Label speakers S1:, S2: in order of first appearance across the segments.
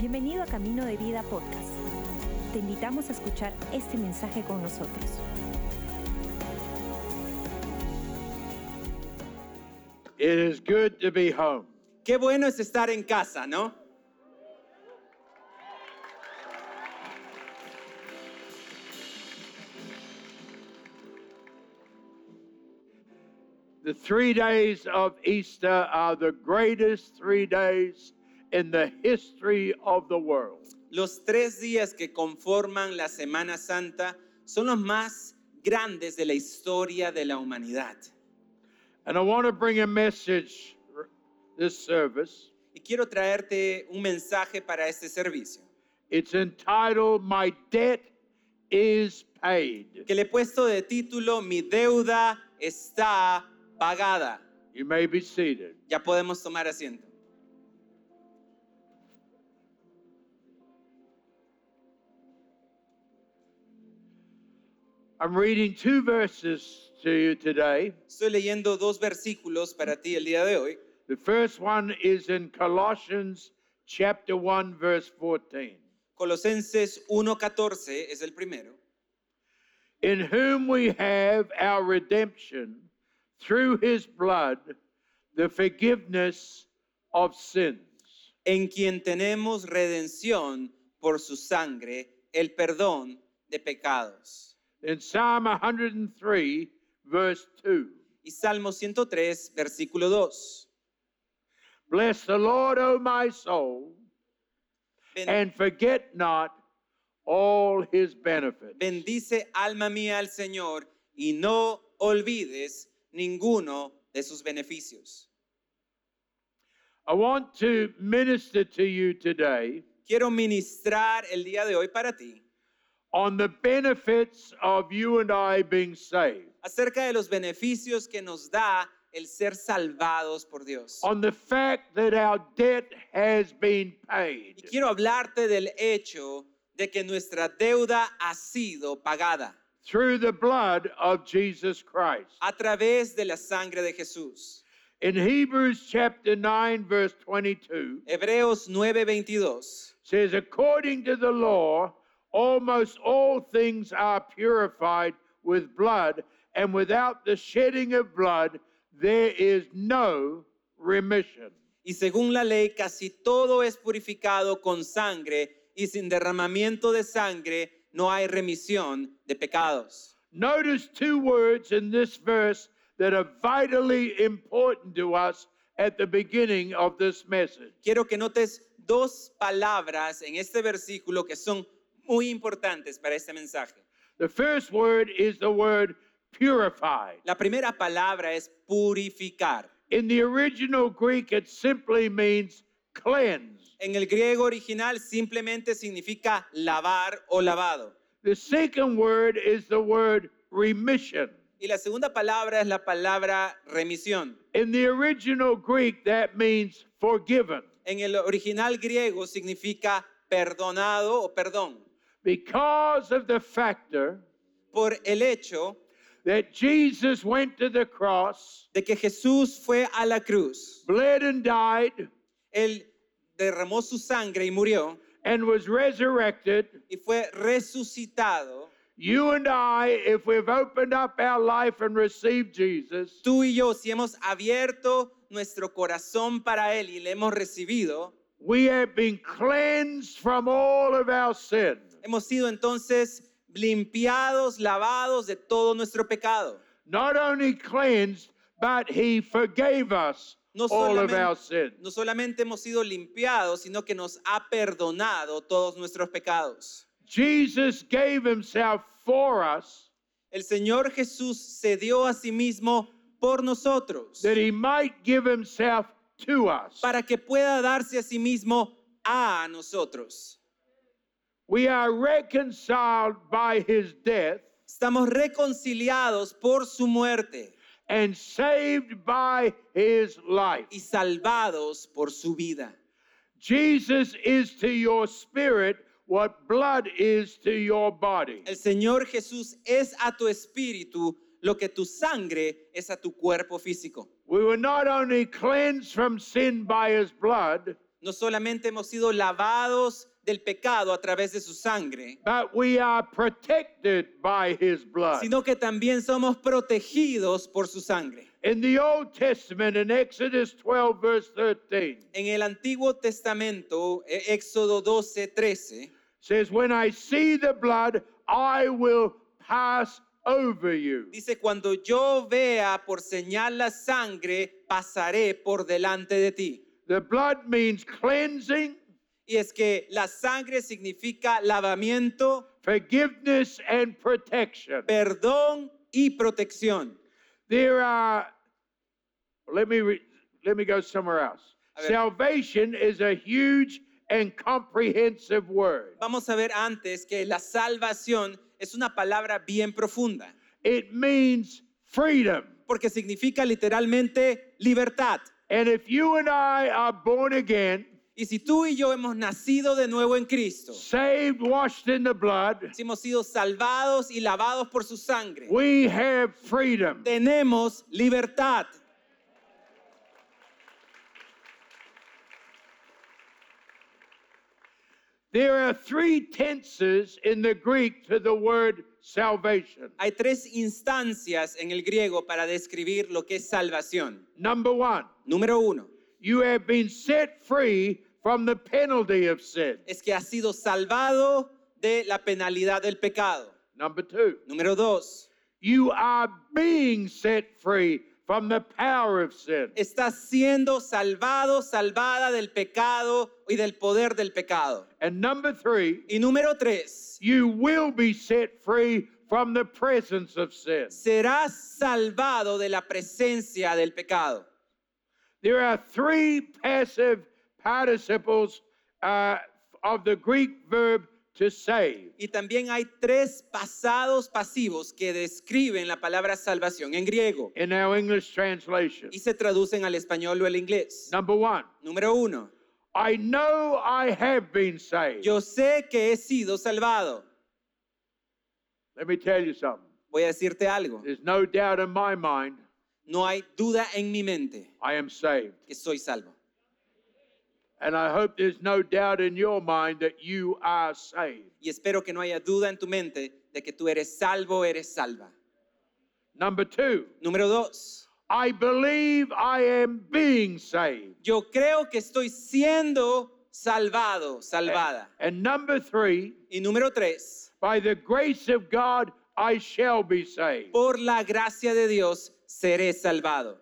S1: Bienvenido a Camino de Vida Podcast. Te invitamos a escuchar este mensaje con nosotros.
S2: It is good to be home.
S3: Qué bueno es estar en casa, ¿no?
S2: The three days of Easter are the greatest three days in the history of the world.
S3: Los tres días que conforman la Semana Santa son los más grandes de la historia de la humanidad.
S2: And I want to bring a message r- this service.
S3: Y quiero traerte un mensaje para este servicio,
S2: It's entitled My Debt is Paid.
S3: que le he puesto de título Mi deuda está pagada.
S2: You may be seated.
S3: Ya podemos tomar asiento.
S2: I'm reading two verses to you today.
S3: Estoy leyendo dos versículos para ti el día de hoy.
S2: The first one is in Colossians chapter 1 verse 14.
S3: Colosenses 1.14 es el primero.
S2: in whom we have our redemption through his blood, the forgiveness of sins.
S3: en quien tenemos redención por su sangre, el perdón de pecados.
S2: In Psalm 103, verse 2
S3: Y Salmo 103, versículo 2.
S2: Bless the Lord, O my soul,
S3: Ben-
S2: and forget not all his benefits.
S3: bendice alma mía al Señor y no olvides ninguno de sus beneficios.
S2: I want to minister to you today
S3: Quiero ministrar el día de hoy para ti
S2: on the benefits of you and I being saved,
S3: acerca de los beneficios que nos da el ser salvados por Dios.
S2: on the fact that our debt has been paid.
S3: Y quiero hablarte del hecho de que nuestra deuda ha sido pagada.
S2: through the blood of Jesus Christ.
S3: a través de la sangre de Jesús.
S2: In Hebrews chapter 9 verse 22
S3: Hebreos 9:22
S2: says according to the law almost all things are purified with blood and without the shedding of blood there is no remission.
S3: y según la ley casi todo es purificado con sangre y sin derramamiento de sangre no hay remisión de pecados.
S2: Notice two words in this verse that are vitally important to us at the beginning of this message.
S3: Quiero que notes dos palabras en este versículo que son muy importantes para este mensaje.
S2: The first word is the word purified.
S3: La primera palabra es purificar.
S2: In the original Greek, it simply means cleanse.
S3: En el griego original simplemente significa lavar o lavado.
S2: The second word is the word remission.
S3: Y la segunda palabra es la palabra remisión.
S2: In the original Greek, that means forgiven.
S3: en el original griego significa perdonado o perdón.
S2: Because of the factor
S3: Por el hecho
S2: that Jesus went to the cross,
S3: de que Jesús fue a la cruz,
S2: bled and died,
S3: Él derramó su sangre y murió
S2: and was resurrected,
S3: y fue resucitado.
S2: you and I, if we've opened up our life and received Jesus,
S3: Tú y yo, si hemos abierto nuestro corazón para Él y le hemos recibido,
S2: we have been cleansed from all of our sin.
S3: hemos sido entonces limpiados, lavados de todo nuestro pecado.
S2: not only cleansed, but he forgave us
S3: No
S2: all of
S3: solamente-
S2: our sins.
S3: No solamente hemos sido limpiados, sino que nos ha perdonado todos nuestros pecados.
S2: Jesus gave himself for us
S3: El Señor Jesús se dio a sí mismo por nosotros
S2: that he might give himself to us.
S3: para que pueda darse a sí mismo a nosotros.
S2: We are reconciled by his death
S3: Estamos reconciliados por su muerte
S2: and saved by his life.
S3: y salvados por su vida.
S2: Jesus is to your spirit what blood is to your body.
S3: El Señor Jesús es a tu espíritu lo que tu sangre es a tu cuerpo físico.
S2: We were not only cleansed from sin by his blood,
S3: no solamente hemos sido lavados del pecado a través de su sangre,
S2: but we are protected by his blood.
S3: sino que también somos protegidos por su sangre.
S2: In the Old Testament, in Exodus 12, verse 13,
S3: En el Antiguo Testamento, eh, Éxodo 12, 13,
S2: says, When I see the blood, I will pass over you.
S3: dice, cuando yo vea por señal la sangre, pasaré por delante de ti.
S2: The blood means cleansing,
S3: Y es que la sangre significa lavamiento,
S2: forgiveness, and protection.
S3: perdón y protección.
S2: There are, let me, re, let me go somewhere else.
S3: A ver.
S2: Salvation is a huge and comprehensive word.
S3: Vamos a ver antes que la salvación es una palabra bien profunda,
S2: It means freedom.
S3: porque significa literalmente libertad.
S2: And if you and I are born again,
S3: Y si tú y yo hemos nacido de nuevo en Cristo,
S2: saved, washed in the blood,
S3: si hemos sido salvados y lavados por su sangre,
S2: we have freedom.
S3: tenemos libertad.
S2: There are three tenses in the Greek to the word salvation.
S3: Hay tres instancias en el griego para describir lo que es salvación.
S2: Number one,
S3: Número uno,
S2: you have been set free from the penalty of sin.
S3: es que has sido salvado de la penalidad del pecado.
S2: Number two,
S3: Número dos,
S2: you are being set free from the power of sin.
S3: estás siendo salvado, salvada del pecado y del poder del pecado.
S2: And number three,
S3: Y número tres,
S2: you will be set free from the presence of sin.
S3: serás salvado de la presencia del pecado.
S2: There are three passive participles uh, of the Greek verb to save.
S3: Y también hay tres pasados pasivos que describen la palabra salvación en griego
S2: in our English translation.
S3: y se traducen al español o al inglés.
S2: Number one,
S3: Número uno,
S2: I know I have been saved.
S3: yo sé que he sido salvado.
S2: Let me tell you something.
S3: Voy a decirte algo.
S2: There's no doubt in my mind
S3: No hay duda en mi mente
S2: I am saved.
S3: que soy salvo.
S2: And I hope there's no doubt in your mind that you are saved.
S3: Y espero que no haya duda en tu mente de que tú eres salvo, eres salva.
S2: Number two,
S3: Número dos,
S2: I believe I am being saved.
S3: yo creo que estoy siendo salvado, salvada.
S2: And number three,
S3: Y número tres,
S2: by the grace of God, I shall be saved.
S3: por la gracia de Dios seré salvado.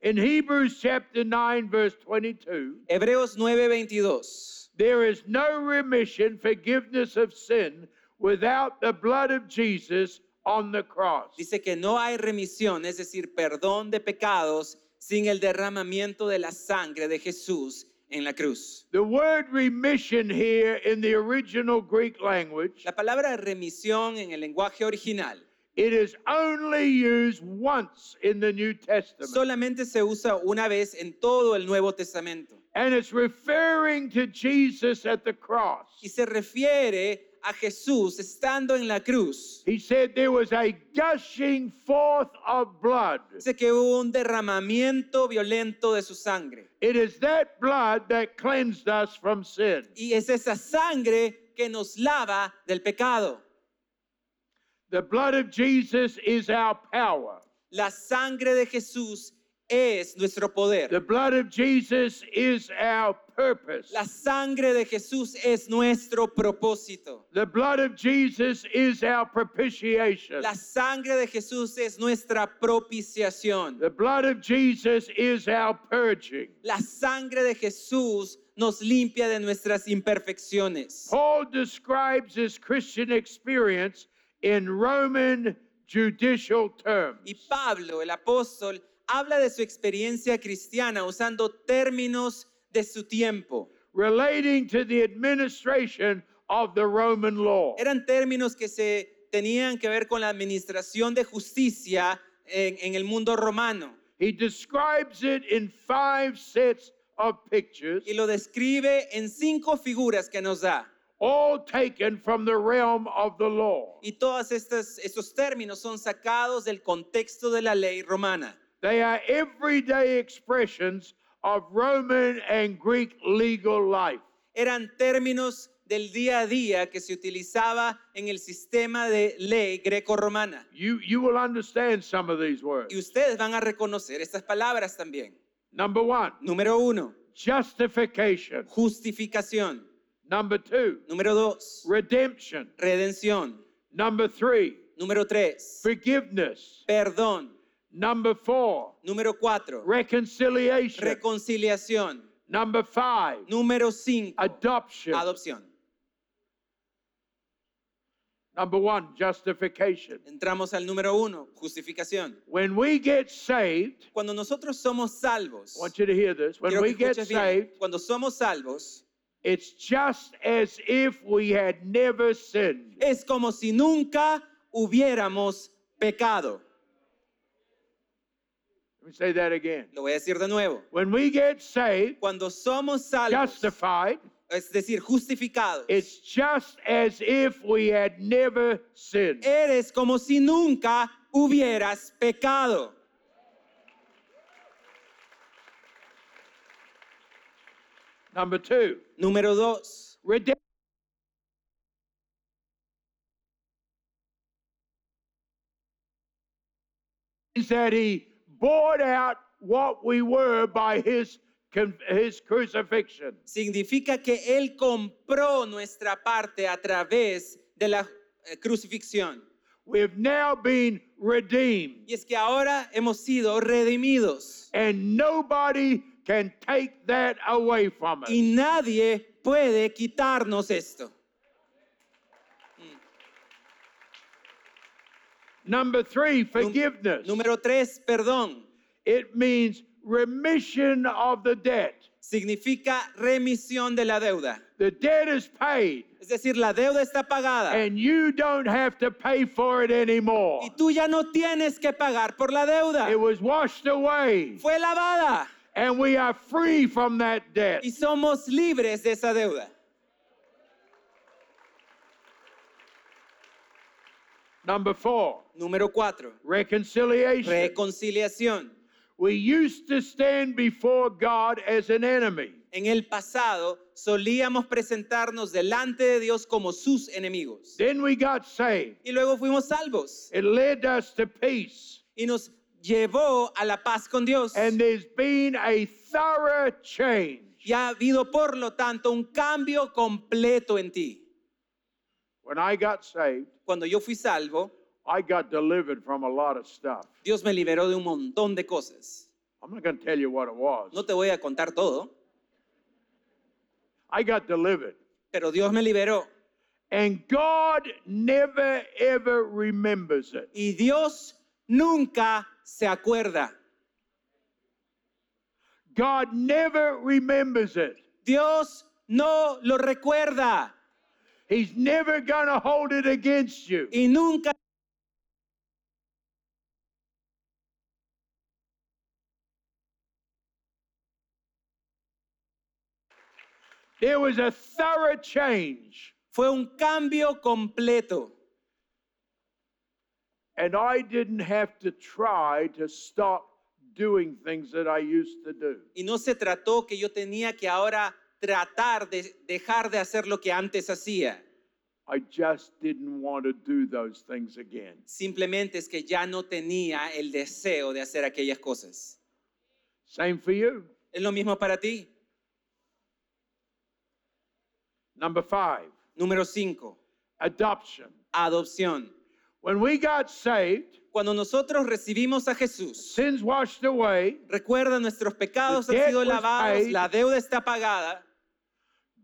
S2: In Hebrews chapter 9, verse 22,
S3: Hebreos 9:22.
S2: There is no remission, forgiveness of sin without the blood of Jesus on the cross.
S3: Dice que no hay remisión, es decir, perdón de pecados sin el derramamiento de la sangre de Jesús en la cruz.
S2: The word remission here in the original Greek language,
S3: La palabra remisión en el lenguaje original
S2: it is only used once in the New Testament.
S3: solamente se usa una vez en todo el Nuevo Testamento
S2: And it's referring to Jesus at the cross.
S3: y se refiere a Jesús estando en la cruz.
S2: He said there was a gushing forth of blood.
S3: Dice que hubo un derramamiento violento de su sangre.
S2: It is that blood that cleansed us from sin.
S3: Y es esa sangre que nos lava del pecado.
S2: The blood of Jesus is our power.
S3: La sangre de Jesús es nuestro
S2: The
S3: poder.
S2: blood of Jesus is our purpose.
S3: La sangre de Jesús es nuestro propósito.
S2: The blood of Jesus is our propitiation.
S3: La sangre de Jesús es nuestra propiciación.
S2: The blood of Jesus is our purging.
S3: La sangre de Jesús nos limpia de nuestras imperfecciones.
S2: Paul describes his Christian experience in Roman judicial terms.
S3: Y Pablo, el apóstol, habla de su experiencia cristiana usando términos de su tiempo.
S2: relating to the administration of the Roman law.
S3: Eran términos que se tenían que ver con la administración de justicia en, en el mundo romano.
S2: He describes it in five sets of pictures,
S3: Y lo describe en cinco figuras que nos da.
S2: all taken from the realm of the law.
S3: Y todos estos, estos términos son sacados del contexto de la ley romana.
S2: They are everyday expressions of Roman and Greek legal life.
S3: Eran términos del día a día que se utilizaba en el sistema de ley greco-romana.
S2: You, you will understand some of these words.
S3: Y ustedes van a reconocer estas palabras también.
S2: Number one,
S3: Número uno,
S2: justification.
S3: justificación.
S2: Number two,
S3: Número dos,
S2: redemption.
S3: redención.
S2: Number three,
S3: Número tres,
S2: forgiveness.
S3: perdón.
S2: Number four,
S3: Número cuatro,
S2: reconciliation.
S3: reconciliación.
S2: Number five,
S3: Número cinco,
S2: adoption.
S3: adopción.
S2: Number one, justification.
S3: Entramos al número uno, justificación.
S2: When we get saved,
S3: Cuando nosotros somos salvos,
S2: I want you to hear this. When
S3: quiero que
S2: we get
S3: escuches bien,
S2: saved,
S3: cuando somos salvos,
S2: it's just as if we had never sinned.
S3: es como si nunca hubiéramos pecado.
S2: Let me say that again.
S3: Lo voy a decir de nuevo.
S2: When we get saved,
S3: Cuando somos salvos,
S2: justified,
S3: es decir, justificados,
S2: it's just as if we had never sinned.
S3: eres como si nunca hubieras pecado.
S2: Number two,
S3: Número dos,
S2: redemption. Is that he bought out what we were by his, con- his crucifixion.
S3: significa que Él compró nuestra parte a través de la eh, crucifixión.
S2: We've now been redeemed,
S3: Y es que ahora hemos sido redimidos
S2: and nobody can take that away from us.
S3: y nadie puede quitarnos esto.
S2: Number three,
S3: Num-
S2: forgiveness.
S3: Número tres, perdón.
S2: It means remission of the debt.
S3: Significa remisión de la deuda.
S2: The debt is paid,
S3: Es decir, la deuda está pagada
S2: and you don't have to pay for it anymore.
S3: y tú ya no tienes que pagar por la deuda.
S2: It was washed away,
S3: Fue lavada
S2: and we are free from that debt.
S3: y somos libres de esa deuda.
S2: Number four,
S3: Número cuatro,
S2: reconciliation.
S3: reconciliación.
S2: We used to stand before God as an enemy.
S3: En el pasado solíamos presentarnos delante de Dios como sus enemigos.
S2: Then we got saved.
S3: Y luego fuimos salvos
S2: It led us to peace.
S3: y nos llevó a la paz con Dios.
S2: And there's been a thorough change.
S3: Y ha habido, por lo tanto, un cambio completo en ti.
S2: When I got saved,
S3: Cuando yo fui salvo,
S2: I got delivered from a lot of stuff.
S3: Dios me liberó de un montón de cosas.
S2: I'm not going to tell you what it was.
S3: No te voy a contar todo,
S2: I got delivered.
S3: pero Dios me liberó.
S2: And God never ever remembers it.
S3: Y Dios nunca se acuerda.
S2: God never remembers it.
S3: Dios no lo recuerda
S2: He's never going to hold it against you.
S3: y nunca
S2: There was a thorough change.
S3: fue un cambio completo.
S2: And I didn't have to try to stop doing things that I used to do.
S3: Y no se trató que yo tenía que ahora tratar de dejar de hacer lo que antes hacía.
S2: I just didn't want to do those things again.
S3: Simplemente es que ya no tenía el deseo de hacer aquellas cosas.
S2: Same for you.
S3: Es lo mismo para ti.
S2: Number five,
S3: Número 5.
S2: adoption.
S3: Adopción.
S2: When we got saved,
S3: Cuando nosotros recibimos a Jesús,
S2: sins washed away,
S3: recuerda, nuestros pecados
S2: The
S3: han
S2: debt
S3: sido
S2: was
S3: lavados,
S2: paid.
S3: la deuda está pagada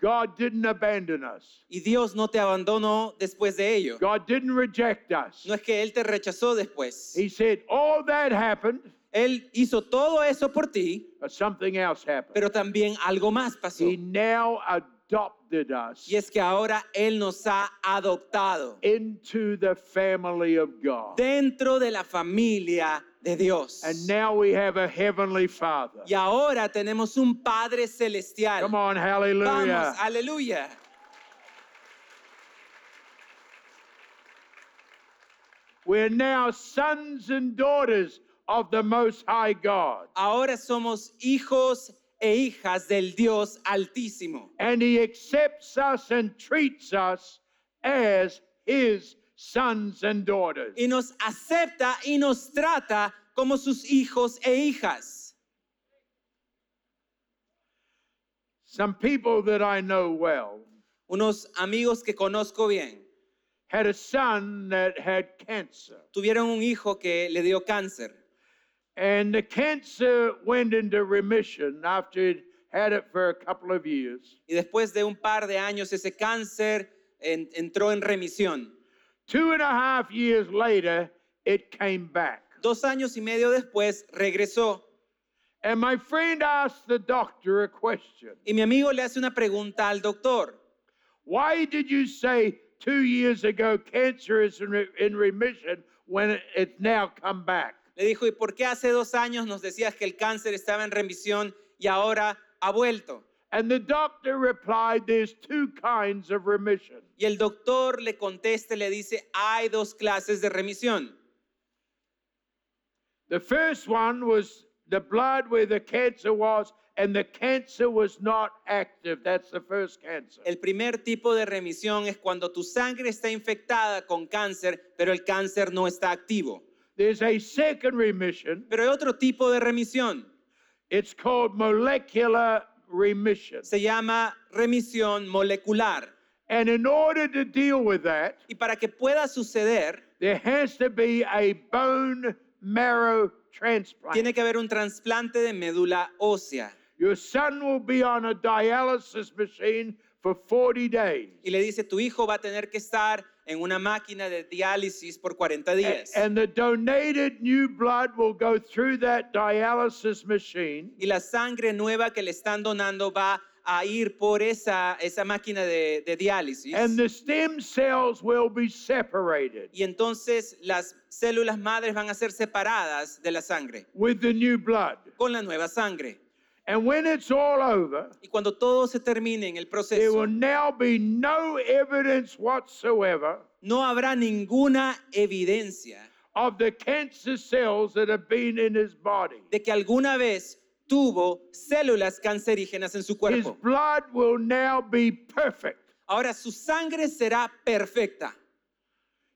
S2: God didn't abandon us.
S3: y Dios no te abandonó después de ello.
S2: God didn't reject us.
S3: No es que Él te rechazó después.
S2: He said, All that happened,
S3: Él hizo todo eso por ti,
S2: but something else happened.
S3: pero también algo más pasó.
S2: He now adopted us
S3: Y es que ahora Él nos ha adoptado
S2: into the family of God.
S3: dentro de la familia de Dios.
S2: And now we have a heavenly Father.
S3: Y ahora tenemos un Padre Celestial.
S2: Come on,
S3: Vamos,
S2: hallelujah.
S3: aleluya.
S2: We're now sons and daughters of the Most High God.
S3: Ahora somos hijos e hijas del Dios Altísimo.
S2: and he accepts us and treats us as his sons and daughters.
S3: Y nos acepta y nos trata como sus hijos e hijas.
S2: Some people that I know well
S3: Unos amigos que conozco bien
S2: had a son that had cancer,
S3: tuvieron un hijo que le dio cáncer
S2: and the cancer went into remission after he'd had it for a couple of years.
S3: y después de un par de años ese cáncer en- entró en remisión.
S2: Two and a half years later, it came back.
S3: Dos años y medio después regresó
S2: And my friend asked the doctor a question
S3: y mi amigo le hace una pregunta al doctor.
S2: Why did you say two years ago cancer is in, re- in remission when it- it's now come back?
S3: Le dijo, ¿y por qué hace dos años nos decías que el cáncer estaba en remisión y ahora ha vuelto?
S2: And the doctor replied, There's two kinds of remission.
S3: Y el doctor le contesta y le dice, hay dos clases de remisión.
S2: The first one was the blood where the cancer was, and the cancer was not active. That's the first cancer.
S3: El primer tipo de remisión es cuando tu sangre está infectada con cáncer, pero el cáncer no está activo.
S2: There's a second remission.
S3: Pero hay otro tipo de remisión.
S2: It's called molecular remission.
S3: Se llama remisión molecular.
S2: And in order to deal with that,
S3: Y para que pueda suceder,
S2: there has to be a bone marrow transplant.
S3: tiene que haber un trasplante de médula ósea.
S2: Your son will be on a dialysis machine for 40 days.
S3: Y le dice, tu hijo va a tener que estar en una máquina de diálisis por 40
S2: A-
S3: días.
S2: And the donated new blood will go through that dialysis machine
S3: y la sangre nueva que le están donando va a ir por esa, esa máquina de, de diálisis.
S2: and the stem cells will be separated
S3: y entonces las células madres van a ser separadas de la sangre
S2: with the new blood.
S3: con la nueva sangre.
S2: And when it's all over,
S3: Y cuando todo se termine en el
S2: there
S3: proceso,
S2: will now be no evidence whatsoever
S3: no habrá ninguna evidencia
S2: of the cancer cells that have been in his body.
S3: de que alguna vez tuvo células cancerígenas en su
S2: His
S3: cuerpo.
S2: blood will now be perfect.
S3: Ahora su sangre será perfecta.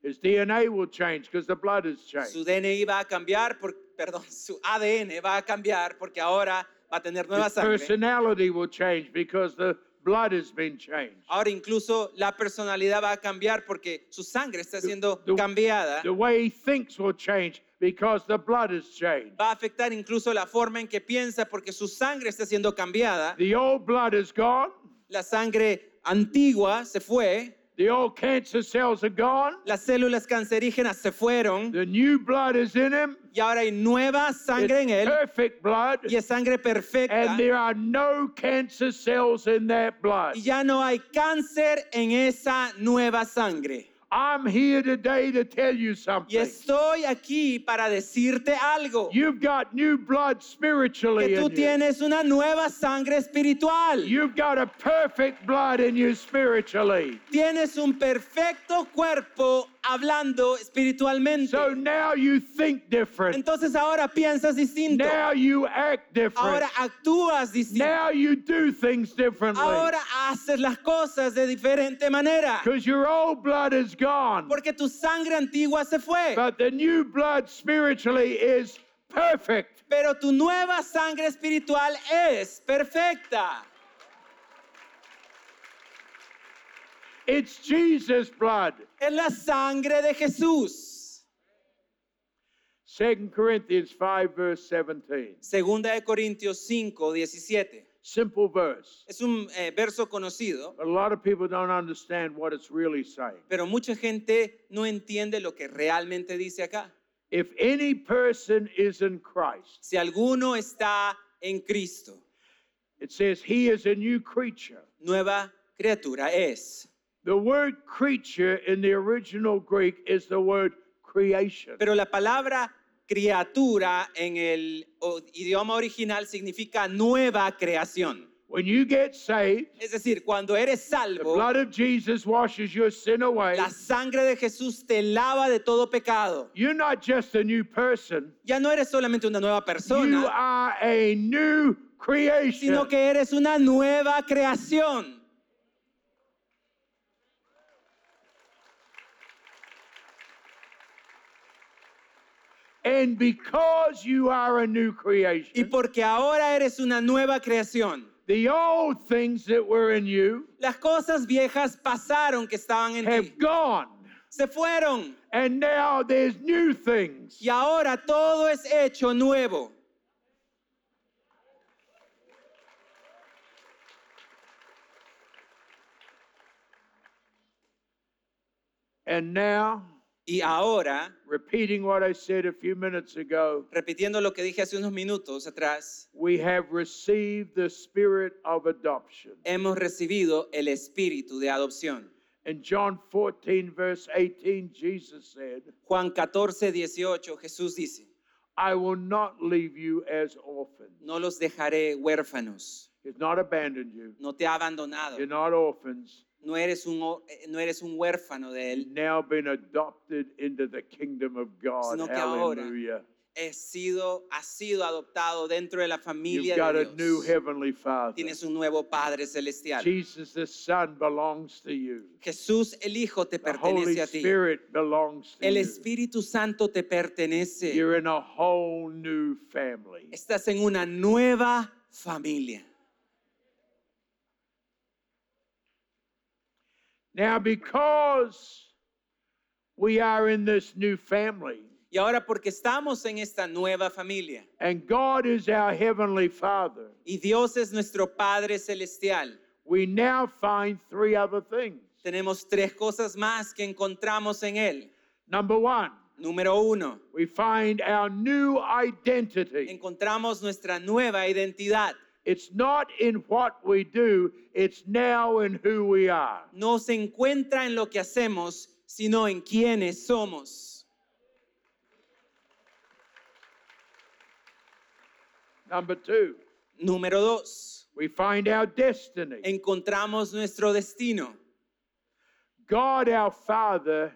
S2: His DNA will change because the blood has changed.
S3: Su DNI va a cambiar, por- perdón, su ADN va a cambiar porque ahora va a tener nueva
S2: His
S3: sangre.
S2: personality will change because the blood has been changed.
S3: Ahora incluso la personalidad va a cambiar porque su sangre está siendo
S2: the-
S3: cambiada.
S2: The way he thinks will change because the blood has changed.
S3: Va a afectar incluso la forma en que piensa porque su sangre está siendo cambiada.
S2: The old blood is gone.
S3: La sangre antigua se fue.
S2: The old cancer cells are gone.
S3: Las células cancerígenas se fueron.
S2: The new blood is in him.
S3: Y ahora hay nueva sangre en
S2: It's
S3: él.
S2: perfect blood.
S3: Y es sangre perfecta.
S2: And there are no cancer cells in that blood.
S3: Y ya no hay cáncer en esa nueva sangre.
S2: I'm here today to tell you
S3: Y
S2: something.
S3: estoy aquí para decirte algo.
S2: You've got new blood spiritually
S3: Que tú
S2: in you.
S3: tienes una nueva sangre espiritual.
S2: You've got a perfect blood in you spiritually.
S3: Tienes un perfecto cuerpo hablando espiritualmente.
S2: So now you think different.
S3: Entonces ahora piensas distinto.
S2: Now you act different.
S3: Ahora actúas distinto.
S2: Now you do things differently.
S3: Ahora haces las cosas de diferente manera.
S2: Because your old blood is gone.
S3: Porque tu sangre antigua se fue.
S2: But the new blood spiritually is perfect.
S3: Pero tu nueva sangre espiritual es perfecta.
S2: It's Jesus' blood.
S3: Es la sangre de Jesús.
S2: 2 Corinthians 5, verse 17.
S3: Segunda de Corintios 5, 17.
S2: Simple verse.
S3: Es un eh, verso conocido,
S2: A lot of people don't understand what it's really saying.
S3: pero mucha gente no entiende lo que realmente dice acá.
S2: If any person is in Christ,
S3: Si alguno está en Cristo,
S2: It says, He is a new creature.
S3: nueva criatura es.
S2: The word creature in the original Greek is the word creation.
S3: Pero la palabra criatura en el o- idioma original significa nueva creación.
S2: When you get saved,
S3: Es decir, cuando eres
S2: the
S3: salvo,
S2: blood of Jesus washes your sin away.
S3: la sangre de Jesús te lava de todo pecado.
S2: You're not just a new person,
S3: Ya no eres solamente una nueva
S2: you
S3: persona,
S2: are a new creation.
S3: sino que eres una nueva creación.
S2: And because you are a new
S3: Y
S2: creation,
S3: porque ahora eres una nueva creación.
S2: the old things that were in you
S3: Las cosas viejas pasaron que estaban en ti.
S2: have gone.
S3: Se fueron.
S2: And now there's new things.
S3: Y ahora todo es hecho nuevo.
S2: And now,
S3: Y ahora,
S2: repeating what I said a few minutes ago,
S3: repitiendo lo que dije hace unos minutos atrás,
S2: we have received the spirit of adoption.
S3: hemos recibido el espíritu de adopción.
S2: In John 14, verse 18, Jesus said,
S3: Juan 14, 18, Jesús dice,
S2: I will not leave you as orphans.
S3: no los dejaré huérfanos,
S2: He's not abandoned you.
S3: no te ha abandonado,
S2: You're not orphans.
S3: no eres un, o- eh, no eres un huérfano de
S2: You've
S3: él,
S2: now been adopted into the kingdom of God.
S3: Sino que ahora
S2: Hallelujah.
S3: has sido, has sido adoptado dentro de la
S2: You've
S3: familia
S2: got
S3: de
S2: a new
S3: Dios.
S2: heavenly father.
S3: Tienes un nuevo Padre Celestial.
S2: Jesus, the Son, belongs to you.
S3: Jesús el Hijo te
S2: The Holy
S3: pertenece a ti.
S2: Spirit belongs to
S3: El
S2: you.
S3: Espíritu Santo te pertenece.
S2: You're in a whole new family.
S3: Estás en una nueva familia.
S2: Now, because we are in this new family,
S3: Y ahora porque estamos en esta nueva familia
S2: and God is our heavenly Father,
S3: y Dios es nuestro Padre Celestial,
S2: we now find three other things.
S3: tenemos tres cosas más que encontramos en Él.
S2: Number one,
S3: Número uno,
S2: we find our new identity.
S3: encontramos nuestra nueva identidad.
S2: It's not in what we do, it's now in who we are.
S3: No se encuentra en lo que hacemos, sino en quienes somos.
S2: Number two,
S3: Número dos,
S2: we find our destiny.
S3: encontramos nuestro destino.
S2: God our Father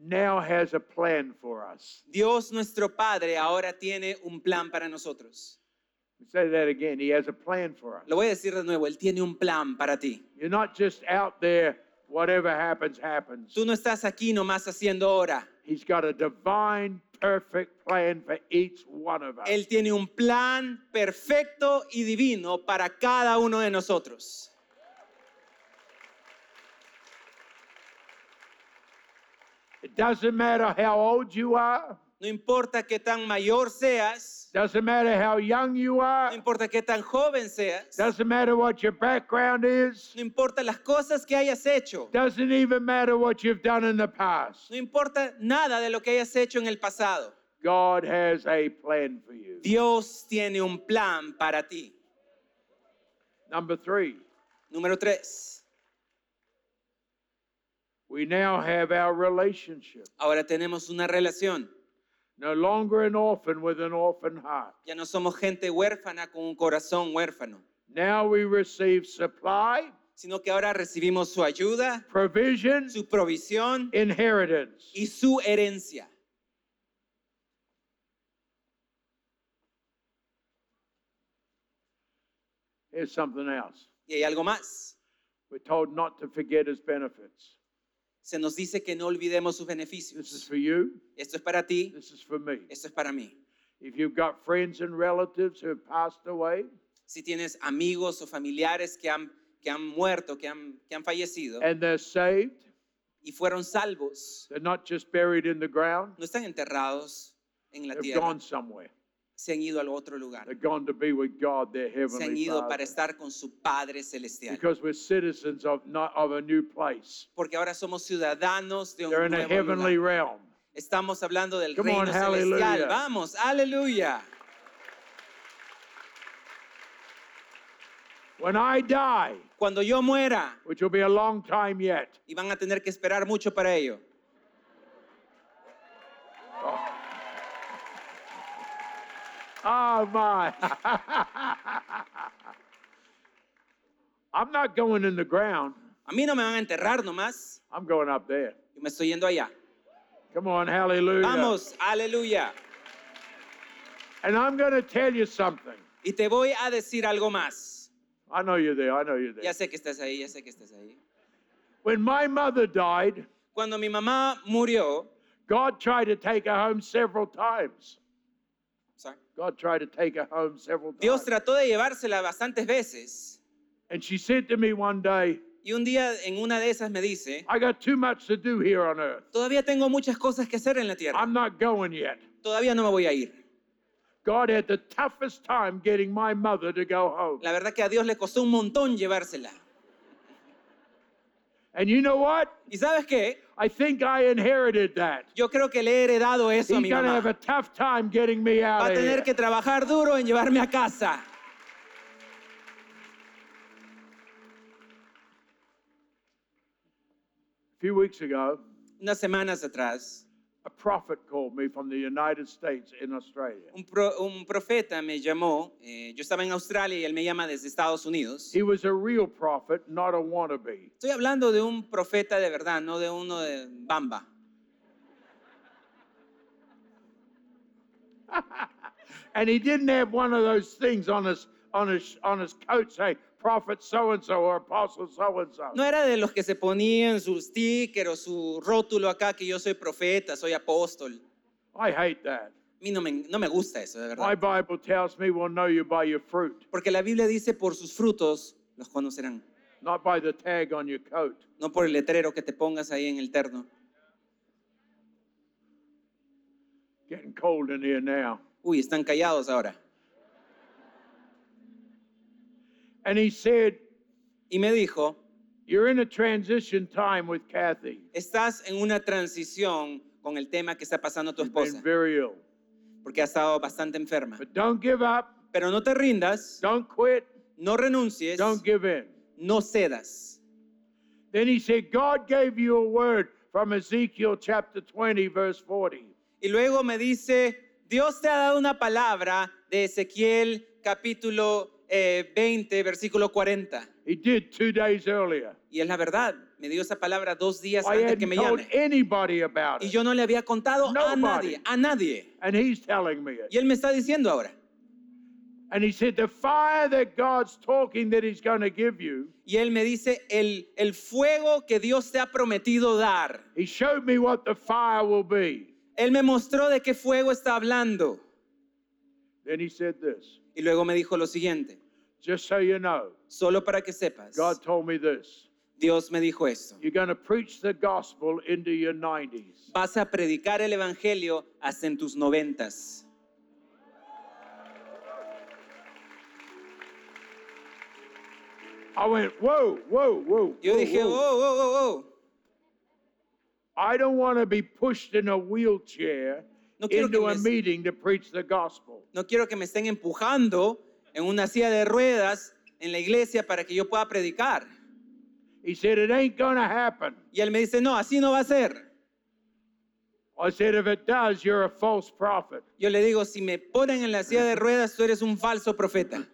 S2: now has a plan for us.
S3: Dios nuestro Padre ahora tiene un plan para nosotros.
S2: Say that again. He has a plan for us.
S3: Lo voy a decir de nuevo, Él tiene un plan para ti.
S2: You're not just out there, whatever happens, happens.
S3: Tú no estás aquí nomás haciendo hora.
S2: He's got a divine, perfect plan for each one of us.
S3: Él tiene un plan perfecto y divino para cada uno de nosotros.
S2: It doesn't matter how old you are,
S3: No importa qué tan mayor seas,
S2: doesn't matter how young you are,
S3: no importa qué tan joven seas,
S2: doesn't matter what your background is,
S3: no importa las cosas que hayas hecho,
S2: doesn't even matter what you've done in the past.
S3: no importa nada de lo que hayas hecho en el pasado.
S2: God has a plan for you.
S3: Dios tiene un plan para ti.
S2: Number three,
S3: Número tres,
S2: we now have our relationship.
S3: ahora tenemos una relación.
S2: No longer an orphan with an orphan heart.
S3: Ya no somos gente huérfana con un corazón huérfano,
S2: Now we receive supply,
S3: sino que ahora recibimos su ayuda,
S2: provision,
S3: su provisión
S2: inheritance.
S3: y su herencia.
S2: Here's something else.
S3: Y hay algo más.
S2: We're told not to forget his benefits.
S3: Se nos dice que no olvidemos sus
S2: This is
S3: beneficios.
S2: for you.
S3: Esto es para ti,
S2: This is for me.
S3: esto es para mí.
S2: If you've got friends and relatives who have passed away
S3: Si tienes amigos o familiares que han, que han muerto, que han, que han fallecido
S2: and they're saved,
S3: y fueron salvos,
S2: they're not just buried in the ground,
S3: no están enterrados en la
S2: they've
S3: tierra,
S2: gone somewhere.
S3: se han ido al otro lugar,
S2: They've gone to be with God, their
S3: se han
S2: heavenly
S3: ido para
S2: Father.
S3: estar con su Padre Celestial.
S2: Because we're citizens of, not, of a new place.
S3: Porque ahora somos ciudadanos de un
S2: They're in a
S3: nuevo
S2: heavenly
S3: lugar.
S2: realm.
S3: Estamos hablando del
S2: Come on,
S3: reino celestial.
S2: hallelujah.
S3: Vamos, aleluya.
S2: When I die,
S3: Cuando yo muera,
S2: which will be a long time yet,
S3: y van a tener que esperar mucho para ello,
S2: Oh my. I'm not going in the ground.
S3: a mí no me van a enterrar nomás,
S2: I'm going up there.
S3: yo me estoy yendo allá.
S2: Come on, hallelujah.
S3: Vamos, aleluya.
S2: And I'm going to tell you something.
S3: Y te voy a decir algo más.
S2: I know you're there. I know you're
S3: Ya
S2: there.
S3: sé que estás ahí, ya sé que estás ahí.
S2: When my mother died,
S3: Cuando mi mamá murió,
S2: God tried to take her home several times.
S3: o sea,
S2: God tried to take her home several
S3: Dios
S2: times.
S3: trató de llevársela bastantes veces.
S2: And she said to me one day,
S3: Y un día en una de esas me dice,
S2: I got too much to do here on earth.
S3: todavía tengo muchas cosas que hacer en la tierra.
S2: I'm not going yet.
S3: Todavía no me voy a ir.
S2: God had the toughest time getting my mother to go home.
S3: La verdad que a Dios le costó un montón llevársela.
S2: And you know what?
S3: ¿Y sabes qué?
S2: I think I inherited that.
S3: Yo creo que le he heredado eso a
S2: He's
S3: mi
S2: going to have a
S3: mamá.
S2: tough time getting me
S3: Va
S2: out
S3: a
S2: of
S3: tener
S2: here.
S3: que trabajar duro en llevarme a casa.
S2: A few weeks ago,
S3: Unas semanas atrás,
S2: a prophet called me from the United States in Australia.
S3: un, pro- un profeta me llamó. eh, yo estaba en Australia y él me llama desde Estados Unidos.
S2: He was a real prophet, not a wannabe.
S3: Estoy hablando de un profeta de verdad, no de uno de Bamba.
S2: And he didn't have one of those things on his on his on his coat saying prophet so and so or apostle so and so.
S3: No era de los que se ponían su sticker o su rótulo acá que yo soy profeta, soy apóstol.
S2: I hate that.
S3: A mí no me, no me gusta eso, de
S2: My
S3: verdad.
S2: Bible tells me we'll know you by your fruit,
S3: Porque la Biblia dice, por sus frutos los conocerán,
S2: not by the tag on your coat.
S3: no por el letrero que te pongas ahí en el terno.
S2: Getting cold in here now.
S3: Uy, están callados ahora.
S2: And he said,
S3: Y me dijo,
S2: You're in a transition time with Kathy.
S3: estás en una transición con el tema que está pasando tu
S2: She's been
S3: esposa,
S2: very ill.
S3: porque ha estado bastante enferma.
S2: But don't give up,
S3: Pero no te rindas,
S2: don't quit,
S3: no renuncies,
S2: don't give in.
S3: no cedas.
S2: Then he said, God gave you a word from Ezekiel chapter 20, verse 40.
S3: Y luego me dice, Dios te ha dado una palabra de Ezequiel capítulo eh, 20, versículo 40.
S2: He did two days earlier.
S3: Y es la verdad, me dio esa palabra dos días
S2: I
S3: antes que
S2: hadn't
S3: me
S2: told
S3: llame.
S2: anybody about
S3: Y
S2: it.
S3: yo no le había contado a
S2: Nobody.
S3: nadie, a nadie.
S2: And he's telling me it.
S3: Y él me está diciendo ahora.
S2: And he said, The fire that God's talking that he's going to give you,
S3: Y él me dice, el, el fuego que Dios te ha prometido dar.
S2: he showed me what the fire will be.
S3: Él me mostró de qué fuego está hablando.
S2: Then he said this
S3: Y luego me dijo lo siguiente,
S2: Just so you know,
S3: solo para que sepas,
S2: God told me this.
S3: Dios me dijo esto.
S2: You're going to preach the gospel into your 90s.
S3: Vas a predicar el Evangelio hasta en tus noventas.
S2: I went, whoa, whoa, whoa.
S3: Yo
S2: whoa,
S3: dije, oh,
S2: whoa.
S3: oh, oh, oh.
S2: I don't want to be pushed in a wheelchair
S3: No quiero que
S2: into a
S3: me-
S2: meeting to preach the gospel.
S3: No quiero que me estén empujando en una silla de ruedas en la iglesia para que yo pueda predicar.
S2: He said, It ain't going to happen.
S3: Y él me dice, no, así no va a ser.
S2: I said, If it does, you're a false prophet.
S3: Yo le digo, si me ponen en la silla de ruedas, tú eres un falso profeta.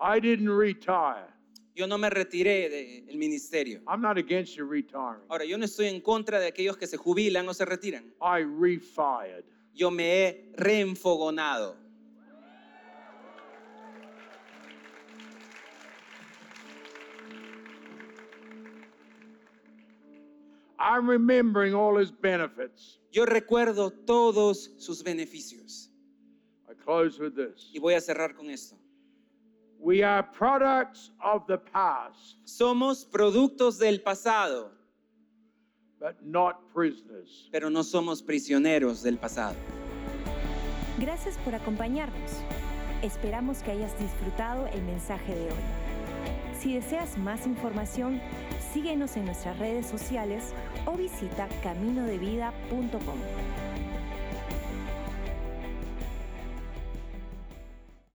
S2: I didn't retire.
S3: Yo no me retiré del ministerio.
S2: I'm not against you retiring.
S3: Ahora, yo no estoy en contra de aquellos que se jubilan o se retiran.
S2: I refired.
S3: Yo me he reenfogonado.
S2: I'm remembering all his benefits.
S3: Yo recuerdo todos sus beneficios.
S2: I close with this.
S3: Y voy a cerrar con esto.
S2: We are products of the past,
S3: Somos productos del pasado,
S2: but not prisoners.
S3: pero no somos prisioneros del pasado.
S1: Gracias por acompañarnos. Esperamos que hayas disfrutado el mensaje de hoy. Si deseas más información, síguenos en nuestras redes sociales o visita caminodevida.com.